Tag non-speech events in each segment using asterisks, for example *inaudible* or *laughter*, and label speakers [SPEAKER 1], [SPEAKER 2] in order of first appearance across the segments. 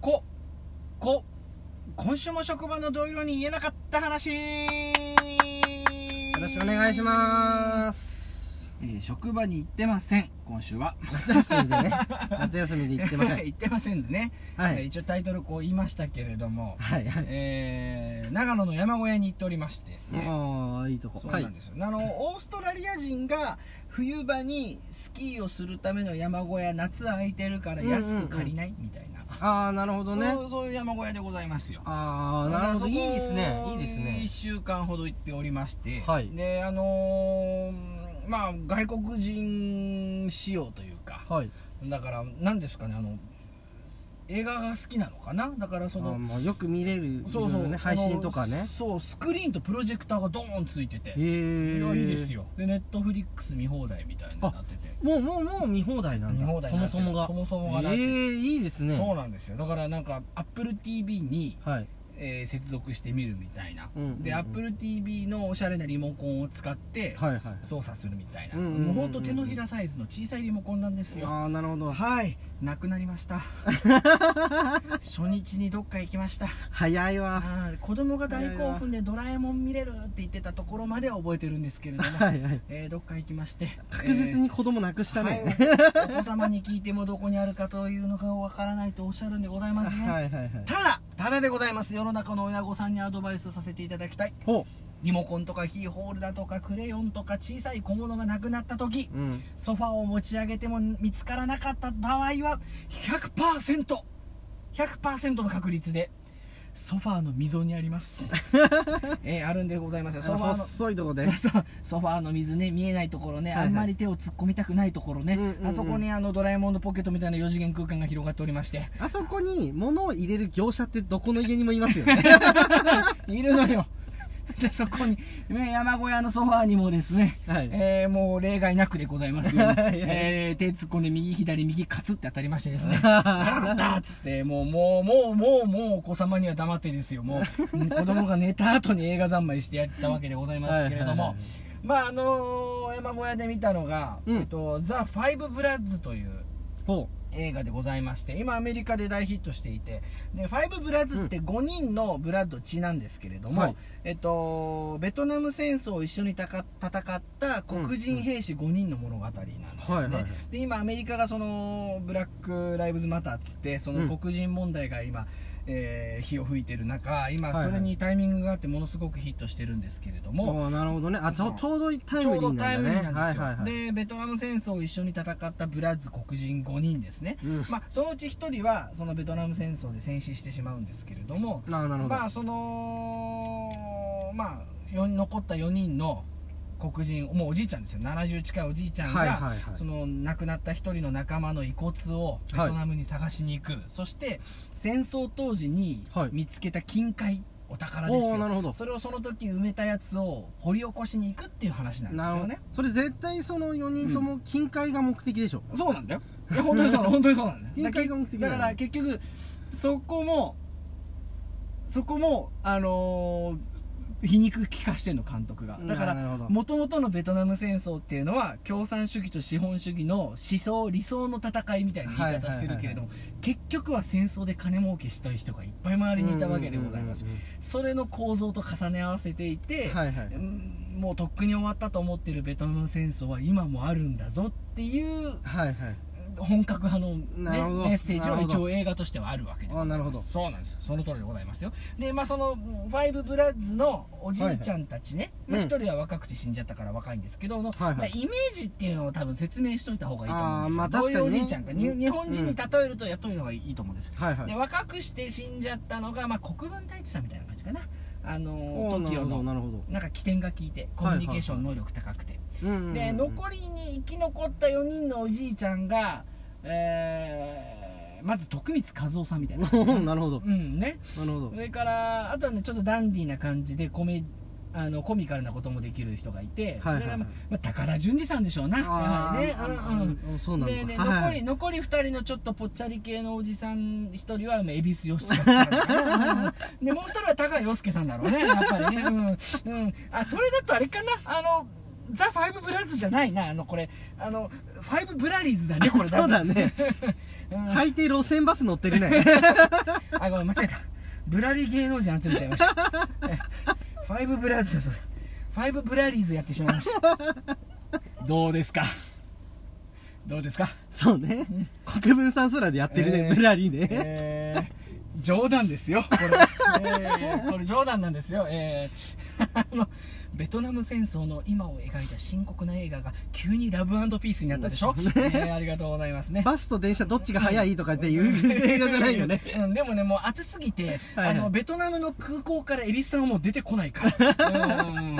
[SPEAKER 1] こ、こ、今週も職場の同僚に言えなかった話
[SPEAKER 2] よろしくお願いします
[SPEAKER 1] えー職場に行ってません、今週は。
[SPEAKER 2] 夏休みで
[SPEAKER 1] *laughs*
[SPEAKER 2] ね夏休みで行ってません
[SPEAKER 1] 行ってませんね。
[SPEAKER 2] は
[SPEAKER 1] えー
[SPEAKER 2] い
[SPEAKER 1] 一応タイトルこう言いましたけれども、
[SPEAKER 2] はいはい
[SPEAKER 1] えー長野の山小屋に行っておりましてですね。
[SPEAKER 2] ああいいとこ
[SPEAKER 1] そう
[SPEAKER 2] は
[SPEAKER 1] ないんですよ、あのオーストラリア人が冬場にスキーをするための山小屋夏空いてるから安く借りない、みたいな
[SPEAKER 2] ああなるほどね
[SPEAKER 1] そうそういう山小屋でございますよ
[SPEAKER 2] ああなるほどいいですねいいです
[SPEAKER 1] 1
[SPEAKER 2] ね
[SPEAKER 1] 週間ほど行っておりまして、
[SPEAKER 2] はい
[SPEAKER 1] であのーまあ外国人仕様というか
[SPEAKER 2] はい
[SPEAKER 1] だから何ですかねあの映画が好きなのかなだから
[SPEAKER 2] あ
[SPEAKER 1] その
[SPEAKER 2] ーもうよく見れる
[SPEAKER 1] そうそう、
[SPEAKER 2] いろいろね配信とか
[SPEAKER 1] あ
[SPEAKER 2] ね
[SPEAKER 1] のそうスクリーンとプロジェクターがドーンついてて
[SPEAKER 2] へえ
[SPEAKER 1] いやいいですよでネットフリックス見放題みたいになってて
[SPEAKER 2] もうもうもう見放題なん
[SPEAKER 1] 見放
[SPEAKER 2] だ
[SPEAKER 1] 題
[SPEAKER 2] そ
[SPEAKER 1] にな
[SPEAKER 2] も
[SPEAKER 1] って
[SPEAKER 2] そ
[SPEAKER 1] る
[SPEAKER 2] もが
[SPEAKER 1] そもそもがなっ
[SPEAKER 2] え
[SPEAKER 1] てる
[SPEAKER 2] えいいですね
[SPEAKER 1] そうなんですよだからなんか AppleTV に、
[SPEAKER 2] はい
[SPEAKER 1] えー接続してみるみたいな、
[SPEAKER 2] うんうんうん
[SPEAKER 1] で AppleTV のおしゃれなリモコンを使って
[SPEAKER 2] はいはい
[SPEAKER 1] 操作するみたいな、
[SPEAKER 2] うんうんうんうん
[SPEAKER 1] もうほんと手のひらサイズの小さいリモコンなんですよ
[SPEAKER 2] ああなるほど
[SPEAKER 1] はいなくなりま
[SPEAKER 2] *laughs*
[SPEAKER 1] した初日にどっか行きました
[SPEAKER 2] 早いわ
[SPEAKER 1] *laughs* あー子供が大興奮で「ドラえもん見れる」って言ってたところまでは覚えてるんですけれども、
[SPEAKER 2] はいはい
[SPEAKER 1] えーどっか行きまして
[SPEAKER 2] 確実に子供なくしたね、
[SPEAKER 1] はいお子様に聞いてもどこにあるかというのがわからないとおっしゃるんでございますね、
[SPEAKER 2] はいはいはい
[SPEAKER 1] ただただでございます世の中の親御さんにアドバイスさせていただきたい
[SPEAKER 2] ほ
[SPEAKER 1] リモコンとかキーホルダーとかクレヨンとか小さい小物がなくなった時
[SPEAKER 2] う、うん、
[SPEAKER 1] ソファーを持ち上げても見つからなかった場合は 100%100% の確率でソファーの溝にあります
[SPEAKER 2] *laughs*
[SPEAKER 1] えーあるんでございますよソファーの
[SPEAKER 2] 細いとこで
[SPEAKER 1] そうそうソファーの水ね見えないところね、
[SPEAKER 2] はいはい
[SPEAKER 1] あんまり手を突っ込みたくないところね、
[SPEAKER 2] うんうんうん
[SPEAKER 1] あそこにあのドラえもんのポケットみたいな4次元空間が広がっておりまして
[SPEAKER 2] あそこに物を入れる業者ってどこの家にもいますよね
[SPEAKER 1] *laughs* いるのよでそこに、ね、山小屋のソファーにもですね、
[SPEAKER 2] はい
[SPEAKER 1] えーもう例外なくでございますように、
[SPEAKER 2] *laughs* はいはい
[SPEAKER 1] えー手突っ込んで右左右カツって当たりましてです
[SPEAKER 2] *laughs*
[SPEAKER 1] ねあったっつってもうもうもうもうもうお子様には黙ってですよもううん子供が寝た後に映画三昧してやったわけでございますけれども
[SPEAKER 2] はいはいはい
[SPEAKER 1] まああのー山小屋で見たのが、
[SPEAKER 2] うん
[SPEAKER 1] えっと、ザ・ファイブ・ブラッズという
[SPEAKER 2] *laughs* ほ
[SPEAKER 1] 映画でございまして今アメリカで大ヒットしていてでファイブブラズって5人のブラッド血なんですけれども、
[SPEAKER 2] はい
[SPEAKER 1] えっと、ベトナム戦争を一緒にたか戦った黒人兵士5人の物語なんですね、
[SPEAKER 2] はいはいはい
[SPEAKER 1] で今アメリカがそのブラック・ライブズ・マターっつってその黒人問題が今、えー火を吹いてる中
[SPEAKER 2] はいは
[SPEAKER 1] 今
[SPEAKER 2] い
[SPEAKER 1] それにタイミングがあってものすごくヒットしてるんですけれど
[SPEAKER 2] う
[SPEAKER 1] も、
[SPEAKER 2] おーなるほどねあちょちょうどいいタイ
[SPEAKER 1] ちょ
[SPEAKER 2] ム
[SPEAKER 1] う
[SPEAKER 2] リー
[SPEAKER 1] どタイ
[SPEAKER 2] なん
[SPEAKER 1] ム
[SPEAKER 2] だ
[SPEAKER 1] リ
[SPEAKER 2] ね
[SPEAKER 1] ーなんですよ、
[SPEAKER 2] はいはいはい
[SPEAKER 1] でベトナム戦争を一緒に戦ったブラッズ黒人5人ですね、
[SPEAKER 2] うん
[SPEAKER 1] まあ、そのうち1人はそのベトナム戦争で戦死してしまうんですけれども
[SPEAKER 2] あーなるほど、
[SPEAKER 1] まあそのまあよ残った4人の黒人もうおじいちゃんですよ70近いおじいちゃんが、
[SPEAKER 2] はいはいはい
[SPEAKER 1] その亡くなった1人の仲間の遺骨をベトナムに探しに行く、そして戦争当時に
[SPEAKER 2] はい
[SPEAKER 1] 見つけた金塊お宝ですよ、
[SPEAKER 2] おーなるほど
[SPEAKER 1] それをその時埋めたやつを掘り起こしに行くっていう話なんです
[SPEAKER 2] なる
[SPEAKER 1] よ
[SPEAKER 2] ほど
[SPEAKER 1] ね
[SPEAKER 2] それ絶対その4人とも金塊が目的でしょ、
[SPEAKER 1] そうなんだよいや本当にそうなの本当にそう *laughs* なんだよ
[SPEAKER 2] 金塊が目的
[SPEAKER 1] だ
[SPEAKER 2] だ
[SPEAKER 1] か
[SPEAKER 2] よね
[SPEAKER 1] ら結局そこもそこもあのー皮肉利かしてんの監督がだから
[SPEAKER 2] なるほど
[SPEAKER 1] もともとのベトナム戦争っていうのは共産主義と資本主義の思想理想の戦いみたいな言い方してるけれども、結局は戦争で金儲けしたい人がいっぱい周りにいたわけでございます、
[SPEAKER 2] うんうんうん
[SPEAKER 1] それの構造と重ね合わせていて、
[SPEAKER 2] うんはいはい
[SPEAKER 1] うんもうとっくに終わったと思ってるベトナム戦争は今もあるんだぞっていう
[SPEAKER 2] はいはい
[SPEAKER 1] 本格派の、
[SPEAKER 2] なるほど
[SPEAKER 1] ね、メッセージは
[SPEAKER 2] なるほ
[SPEAKER 1] 一
[SPEAKER 2] ど
[SPEAKER 1] 応映画としてはあるわけで
[SPEAKER 2] あーなるほど
[SPEAKER 1] そうなんですよその通りでございますよでまあそのうんファイブブラッズのおじいちゃんたちね一、
[SPEAKER 2] はいはい
[SPEAKER 1] まあ、一人は若くて死んじゃったから若いんですけどの、
[SPEAKER 2] はいはい
[SPEAKER 1] まあ、イメージっていうのを多分説明しといた方がいいと思うんですよ
[SPEAKER 2] あーまあ確か
[SPEAKER 1] どう
[SPEAKER 2] に
[SPEAKER 1] いう
[SPEAKER 2] ね
[SPEAKER 1] おじいちゃんかに
[SPEAKER 2] うん
[SPEAKER 1] 日本人に例えるとやっといた方がいいと思うんです
[SPEAKER 2] はいは
[SPEAKER 1] で
[SPEAKER 2] い
[SPEAKER 1] 若くして死んじゃったのが、まあ、国分太一さんみたいな感じかなあの
[SPEAKER 2] おーなる
[SPEAKER 1] TOKIO
[SPEAKER 2] ほど
[SPEAKER 1] の
[SPEAKER 2] なるほど
[SPEAKER 1] なんか起点が効いてコミュニケーション能力高くて、
[SPEAKER 2] うんうんうん
[SPEAKER 1] で残りに生き残った4人のおじいちゃんが、えーまず徳光和夫さんみたい
[SPEAKER 2] *laughs*
[SPEAKER 1] な感じか
[SPEAKER 2] おー
[SPEAKER 1] な
[SPEAKER 2] *laughs* なるほど
[SPEAKER 1] うんね
[SPEAKER 2] なるほど
[SPEAKER 1] それからあとはねちょっとダンディーな感じでコメあのコミカルなこともできる人がいて、
[SPEAKER 2] はいはいはい
[SPEAKER 1] それがまあまあ、宝淳二さんでしょうなやはりね
[SPEAKER 2] あー
[SPEAKER 1] うんうん
[SPEAKER 2] あーそうなんだ
[SPEAKER 1] でね
[SPEAKER 2] はい
[SPEAKER 1] 残
[SPEAKER 2] はい
[SPEAKER 1] り残り2人のちょっとぽっちゃり系のおじさん1人は恵比寿よしさんだ *laughs* なうんでもう1人は高井陽介さんだろうねやっぱりねうん、うん、あそれだとあれかなあのザ・ファイブ・ブラッズじゃないなあのこれあのファイブ・ブラリーズだねこれ
[SPEAKER 2] そ
[SPEAKER 1] *laughs*
[SPEAKER 2] うだね
[SPEAKER 1] うん
[SPEAKER 2] 海底路線バス乗ってるね
[SPEAKER 1] あごめん間違えたブラリ芸能人集めちゃいましたえファイブ・ブラッズだとファイブ・ブラリーズやってしまいました *laughs* どうですかどうですか
[SPEAKER 2] そうね国分さん空でやってるね、
[SPEAKER 1] えー
[SPEAKER 2] ぶらりね、
[SPEAKER 1] えー冗談ですよ、これ、えーこれ冗談なんですよ、えー *laughs* あのベトナム戦争の今を描いた深刻な映画が急にラブピースになったでし
[SPEAKER 2] *laughs*
[SPEAKER 1] ょ、えーありがとうございますね。
[SPEAKER 2] バスと電車どっちが速いとかっていう映画じゃないよ
[SPEAKER 1] *laughs*
[SPEAKER 2] ね
[SPEAKER 1] うん、でもねもう暑すぎて、
[SPEAKER 2] はいはい
[SPEAKER 1] あのベトナムの空港から蛭子さんはもう出てこない
[SPEAKER 2] *laughs*
[SPEAKER 1] から、うんうん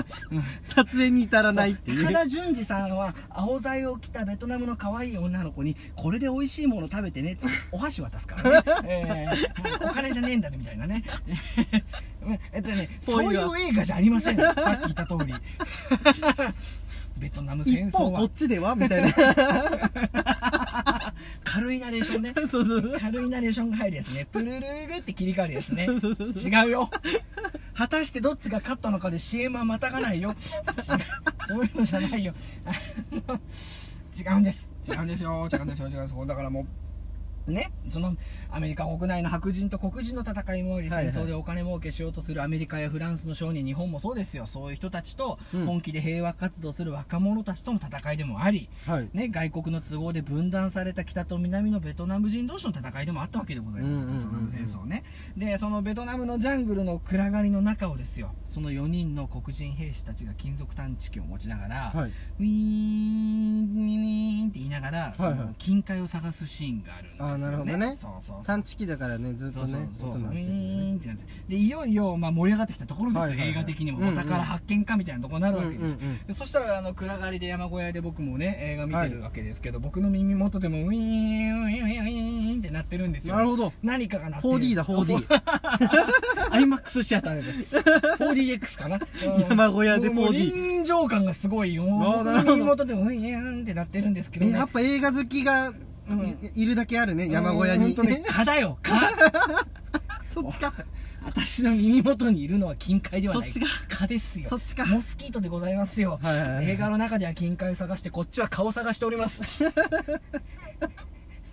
[SPEAKER 2] 撮影に至らないっていう
[SPEAKER 1] 高田純次さんは青剤を着たベトナムの可愛い女の子にこれで美味しいもの食べてねっつ
[SPEAKER 2] *laughs*
[SPEAKER 1] ってお箸渡すからね、えーお金じゃねえんだみたいな
[SPEAKER 2] *laughs*
[SPEAKER 1] ねえっとね
[SPEAKER 2] ぽ
[SPEAKER 1] そう
[SPEAKER 2] い
[SPEAKER 1] い
[SPEAKER 2] わ
[SPEAKER 1] う映画じゃありませんさっき言った通
[SPEAKER 2] *laughs*
[SPEAKER 1] りベトナム戦
[SPEAKER 2] 一
[SPEAKER 1] 争
[SPEAKER 2] 方こ
[SPEAKER 1] は
[SPEAKER 2] っちではみたいな
[SPEAKER 1] 軽いナレーションね
[SPEAKER 2] そうそう
[SPEAKER 1] 軽いナレーションが入るや *laughs* つねプルルルルって切り替わるやつね
[SPEAKER 2] そうそうそ
[SPEAKER 1] 違うよ果たしてどっちが勝ったのかで CM はまたがないよ違うそういうのじゃないよあの違うんです違うんですよ違うんですよ違うんですよだからもうねそのアメリカ国内の白人と黒人の戦いもあり
[SPEAKER 2] はいは
[SPEAKER 1] 戦争
[SPEAKER 2] い
[SPEAKER 1] でお金儲けしようとするアメリカやフランスの商人日本もそうですよそういう人たちと
[SPEAKER 2] うん
[SPEAKER 1] 本気で平和活動する若者たちとの戦いでもあり、
[SPEAKER 2] はい
[SPEAKER 1] ね、外国の都合で分断された北と南のベトナム人同士の戦いでもあったわけでございます、
[SPEAKER 2] うんうんうんうん
[SPEAKER 1] ベトナム戦争ねでそのベトナムのジャングルの暗がりの中をですよその4人の黒人兵士たちが金属探知機を持ちながら、
[SPEAKER 2] はい
[SPEAKER 1] ウィーンニニーンって言いながら、
[SPEAKER 2] いはい
[SPEAKER 1] その金塊を探すシーンがあるんですよ、ね、
[SPEAKER 2] あーなるほどね
[SPEAKER 1] そうそうそう
[SPEAKER 2] 探知機だからねずっ
[SPEAKER 1] そ
[SPEAKER 2] と
[SPEAKER 1] うそう
[SPEAKER 2] ね
[SPEAKER 1] そう
[SPEAKER 2] 音
[SPEAKER 1] そうウ
[SPEAKER 2] 鳴って
[SPEAKER 1] ィ
[SPEAKER 2] るね
[SPEAKER 1] ーンってなってでいよいよ、まあ、盛り上がってきたところですよ、
[SPEAKER 2] はいはいはい
[SPEAKER 1] 映画的にも、
[SPEAKER 2] うんうん
[SPEAKER 1] お宝発見かみたいなところになるわけですよ、
[SPEAKER 2] うんうんうん
[SPEAKER 1] でそしたらあの暗がりで山小屋で僕もね映画見てるわけですけど、僕の耳元でもウィーンウィーンウィーンウィーンってなってるんですよ
[SPEAKER 2] なるほど
[SPEAKER 1] 何かが鳴ってる *laughs*
[SPEAKER 2] 4D だ 4D
[SPEAKER 1] IMAX シアターで 4DX かなうん
[SPEAKER 2] *laughs* 山小屋で 4D
[SPEAKER 1] もう臨場感がすごいよ
[SPEAKER 2] あーなるほど
[SPEAKER 1] 耳元でウィーンってなってるんですけど、
[SPEAKER 2] え
[SPEAKER 1] ね、
[SPEAKER 2] やっぱ映画好きが
[SPEAKER 1] うん
[SPEAKER 2] いいるだけあるね山小屋
[SPEAKER 1] 本
[SPEAKER 2] に
[SPEAKER 1] 当に蚊だよ蚊
[SPEAKER 2] *laughs* そっちか
[SPEAKER 1] 私の耳元にいるのは金塊ではない
[SPEAKER 2] そっちか
[SPEAKER 1] 蚊ですよ
[SPEAKER 2] そっちか
[SPEAKER 1] モスキートでございますよ、
[SPEAKER 2] はいはいはい
[SPEAKER 1] 映画の中では金塊を探してこっちは顔を探しております
[SPEAKER 2] *laughs*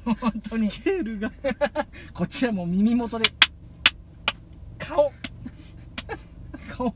[SPEAKER 1] 本当に
[SPEAKER 2] ケールが
[SPEAKER 1] こっちはもう耳元で顔顔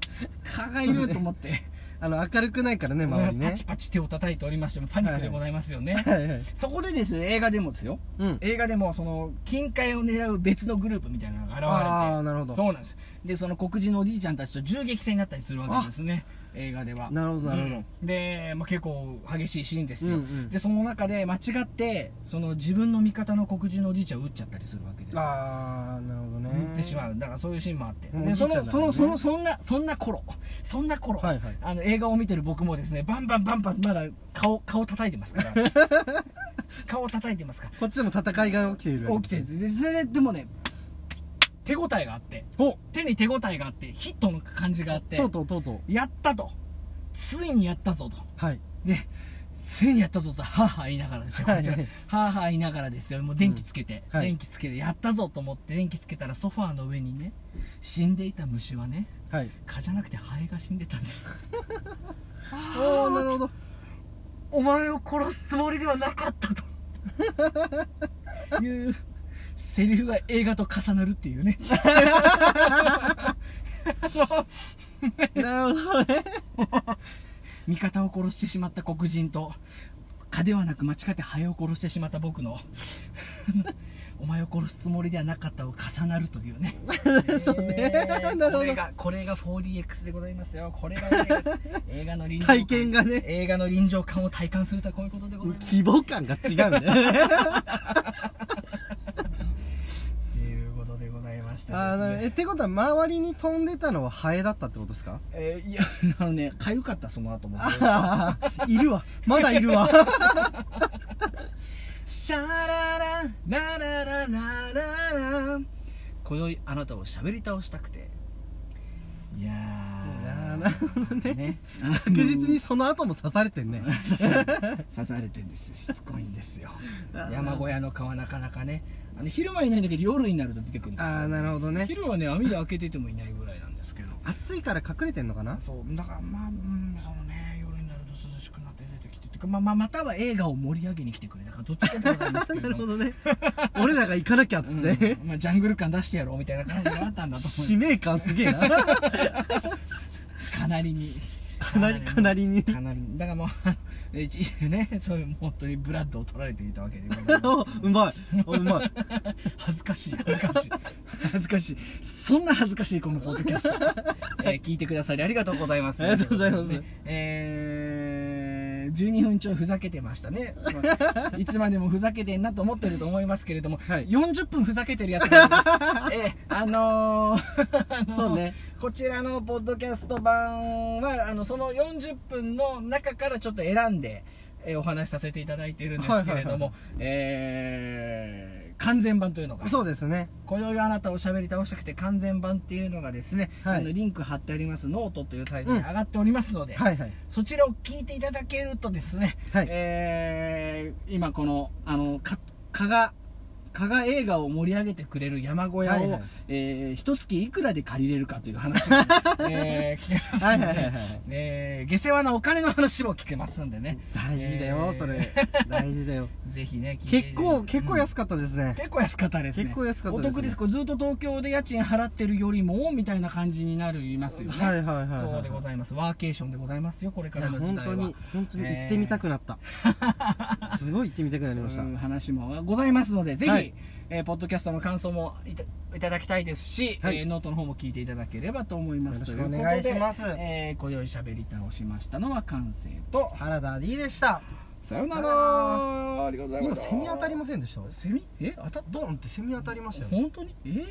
[SPEAKER 1] 蚊がいると思って、
[SPEAKER 2] あの明るくないからね *laughs* 周り
[SPEAKER 1] パ
[SPEAKER 2] ね
[SPEAKER 1] チパチ手を叩いておりましてもパニックでございますよね、
[SPEAKER 2] はいはい
[SPEAKER 1] そこでですね映画でもですよ
[SPEAKER 2] うん
[SPEAKER 1] 映画でもその金塊を狙う別のグループみたいなのが現れて
[SPEAKER 2] ああなるほど
[SPEAKER 1] そうなんですでその黒人のおじいちゃんたちと銃撃戦になったりするわけですね映画では
[SPEAKER 2] なるほどなるほど
[SPEAKER 1] うんで、まあ、結構激しいシーンですよ、
[SPEAKER 2] うんうん
[SPEAKER 1] でその中で間違ってその自分の味方の黒人のおじいちゃんを撃っちゃったりするわけですよ
[SPEAKER 2] ああなるほどね
[SPEAKER 1] 撃ってしまうだからそういうシーンもあって、
[SPEAKER 2] うん
[SPEAKER 1] で
[SPEAKER 2] おじ
[SPEAKER 1] そ
[SPEAKER 2] いちゃ
[SPEAKER 1] の
[SPEAKER 2] んだ
[SPEAKER 1] そ
[SPEAKER 2] から
[SPEAKER 1] の
[SPEAKER 2] ね
[SPEAKER 1] そのそんなそんな頃そんな頃、
[SPEAKER 2] はいはい
[SPEAKER 1] あの映画を見てる僕もですねバンバンバンバンまだ顔顔叩いてますから
[SPEAKER 2] *laughs*
[SPEAKER 1] 顔叩いてますから
[SPEAKER 2] こっちでも戦いが起きている
[SPEAKER 1] 起きてるでそれででもね手応えがあって
[SPEAKER 2] お
[SPEAKER 1] 手に手応えがあってヒットの感じがあって
[SPEAKER 2] とうとうとうとう
[SPEAKER 1] やったとついにやったぞと
[SPEAKER 2] はい
[SPEAKER 1] でついにやったぞとはあはあ言いながらですよこ
[SPEAKER 2] はい
[SPEAKER 1] ちら
[SPEAKER 2] はい
[SPEAKER 1] はあはあ言いながらですよもう電気つけて、
[SPEAKER 2] うんはい
[SPEAKER 1] 電気つけてやったぞと思って電気つけたらソファーの上にね死んでいた虫はね
[SPEAKER 2] はい
[SPEAKER 1] 蚊じゃなくてハエが死んでたんです
[SPEAKER 2] おおなるほど
[SPEAKER 1] お前を殺すつもりではなかった
[SPEAKER 2] *laughs*
[SPEAKER 1] というセリフが映画と重なるっていうね
[SPEAKER 2] なるほどね
[SPEAKER 1] 味方を殺してしまった黒人と蚊ではなく間違ってハエを殺してしまった僕の *laughs* お前を殺すつもりではなかったを重なるというね
[SPEAKER 2] *laughs* そうね
[SPEAKER 1] えー
[SPEAKER 2] *laughs* なる
[SPEAKER 1] これ
[SPEAKER 2] ほど
[SPEAKER 1] がこれが 4DX でございますよこれが
[SPEAKER 2] *laughs*
[SPEAKER 1] 映画映画の臨場感
[SPEAKER 2] 体験がね
[SPEAKER 1] 映画の臨場感を体感するとはこういうことでございます
[SPEAKER 2] *laughs* 規模感が違うね
[SPEAKER 1] ということでございまし
[SPEAKER 2] *laughs* あ
[SPEAKER 1] た
[SPEAKER 2] の
[SPEAKER 1] です
[SPEAKER 2] え
[SPEAKER 1] ね
[SPEAKER 2] ってことは周りに飛んでたのはハエだったってことですか
[SPEAKER 1] えーいやあのね痒かったその後もずっと
[SPEAKER 2] ああ *laughs* いるわまだいる *laughs* わ
[SPEAKER 1] シャララララララララ今宵あなたを喋り倒したくていや
[SPEAKER 2] い
[SPEAKER 1] ー
[SPEAKER 2] やーなるほどね
[SPEAKER 1] ね
[SPEAKER 2] 確実にその後も刺されてんね
[SPEAKER 1] 刺され刺されてんですよしつこいんですよ
[SPEAKER 2] あー
[SPEAKER 1] 山小屋の川なかなかねあの昼間いないんだけど夜になると出てくるんですよ
[SPEAKER 2] ああなるほどね
[SPEAKER 1] 昼はね網で開けててもいないぐらいなんですけど
[SPEAKER 2] 暑いから隠れてんのかな
[SPEAKER 1] そうだからまあ、うん、そのね夜になると涼しくなって出てきててか、まあ、まあまたは映画を盛り上げに来てくれたからどっちかだと思うんですけれど
[SPEAKER 2] なるほどね *laughs* 俺らが行かなきゃっつって、
[SPEAKER 1] うんまあ、ジャングル感出してやろうみたいな感じがあったんだと思
[SPEAKER 2] 使命感すげえな
[SPEAKER 1] うかなりに
[SPEAKER 2] *laughs* かなりかなりに
[SPEAKER 1] かなりにだからもう *laughs* あのえ一ねそういうもう本当にブラッドを取られていたわけでございます
[SPEAKER 2] *laughs* おうま *laughs* いおうまい
[SPEAKER 1] *laughs* 恥ずかしい恥ずかしい恥ずかしいそんな恥ずかしいこのポッドキャ
[SPEAKER 2] *laughs*
[SPEAKER 1] スト、えー聞いてくださりありがとうございます
[SPEAKER 2] ありがとうございます
[SPEAKER 1] えー、12分超ふざけてました
[SPEAKER 2] *laughs*
[SPEAKER 1] ね、まあいつまでもふざけてんなと思ってると思いますけれども、
[SPEAKER 2] はい
[SPEAKER 1] 40分ふざけてるやつがい
[SPEAKER 2] *laughs*
[SPEAKER 1] ます、えーあのー *laughs* あのー
[SPEAKER 2] そうね
[SPEAKER 1] こちらのポッドキャスト版はあのその40分の中からちょっと選んで、えーお話しさせていただいているんですけれども、
[SPEAKER 2] はいはいはい
[SPEAKER 1] えー完全版というのが
[SPEAKER 2] そうですね
[SPEAKER 1] 今宵あなたを喋り倒したくて完全版っていうのがですね、
[SPEAKER 2] はい
[SPEAKER 1] あのリンク貼ってありますノートというサイトに上がっておりますので、
[SPEAKER 2] はいはい
[SPEAKER 1] そちらを聞いていただけるとですね、
[SPEAKER 2] はい
[SPEAKER 1] えー今このあのか加賀加賀映画を盛り上げてくれる山小屋を、
[SPEAKER 2] はいはい
[SPEAKER 1] えー一月いくらで借りれるかという話
[SPEAKER 2] *laughs*
[SPEAKER 1] が、えー聞けます
[SPEAKER 2] はい
[SPEAKER 1] んで、
[SPEAKER 2] はいはいはい
[SPEAKER 1] えー下世話なお金の話も聞けますんでね
[SPEAKER 2] 大事だよ
[SPEAKER 1] えー
[SPEAKER 2] それ大事だ *laughs* よ
[SPEAKER 1] ぜひね聞いて
[SPEAKER 2] 結構結構
[SPEAKER 1] うん
[SPEAKER 2] 安かったですね
[SPEAKER 1] 結構安かったですね
[SPEAKER 2] 結構安かった
[SPEAKER 1] お
[SPEAKER 2] ですね
[SPEAKER 1] 得ですこれずっと東京で家賃払ってるよりもみたいな感じになりますよね、
[SPEAKER 2] はいはいはいはい
[SPEAKER 1] そうでございますワーケーションでございますよこれか
[SPEAKER 2] いや
[SPEAKER 1] らの時
[SPEAKER 2] 本
[SPEAKER 1] 代
[SPEAKER 2] 当
[SPEAKER 1] は
[SPEAKER 2] に本当に行ってみたくな *laughs* った、すごい行ってみたくなりました
[SPEAKER 1] そういう話もございますのでぜひ、
[SPEAKER 2] はい
[SPEAKER 1] えーポッドキャストの感想もいたいただきたいですし、
[SPEAKER 2] はい
[SPEAKER 1] えーノートの方も聞いていただければと思います
[SPEAKER 2] よろしくお願いします
[SPEAKER 1] ということでえー、今宵しゃべり倒しましたのは感性と
[SPEAKER 2] 原田 D でした
[SPEAKER 1] さような
[SPEAKER 2] さよう
[SPEAKER 1] らありがとうございま
[SPEAKER 2] 今
[SPEAKER 1] す
[SPEAKER 2] セミ当たりませんでした
[SPEAKER 1] セミえ
[SPEAKER 2] あたドンってセミ当たりましたよね
[SPEAKER 1] 本当にええー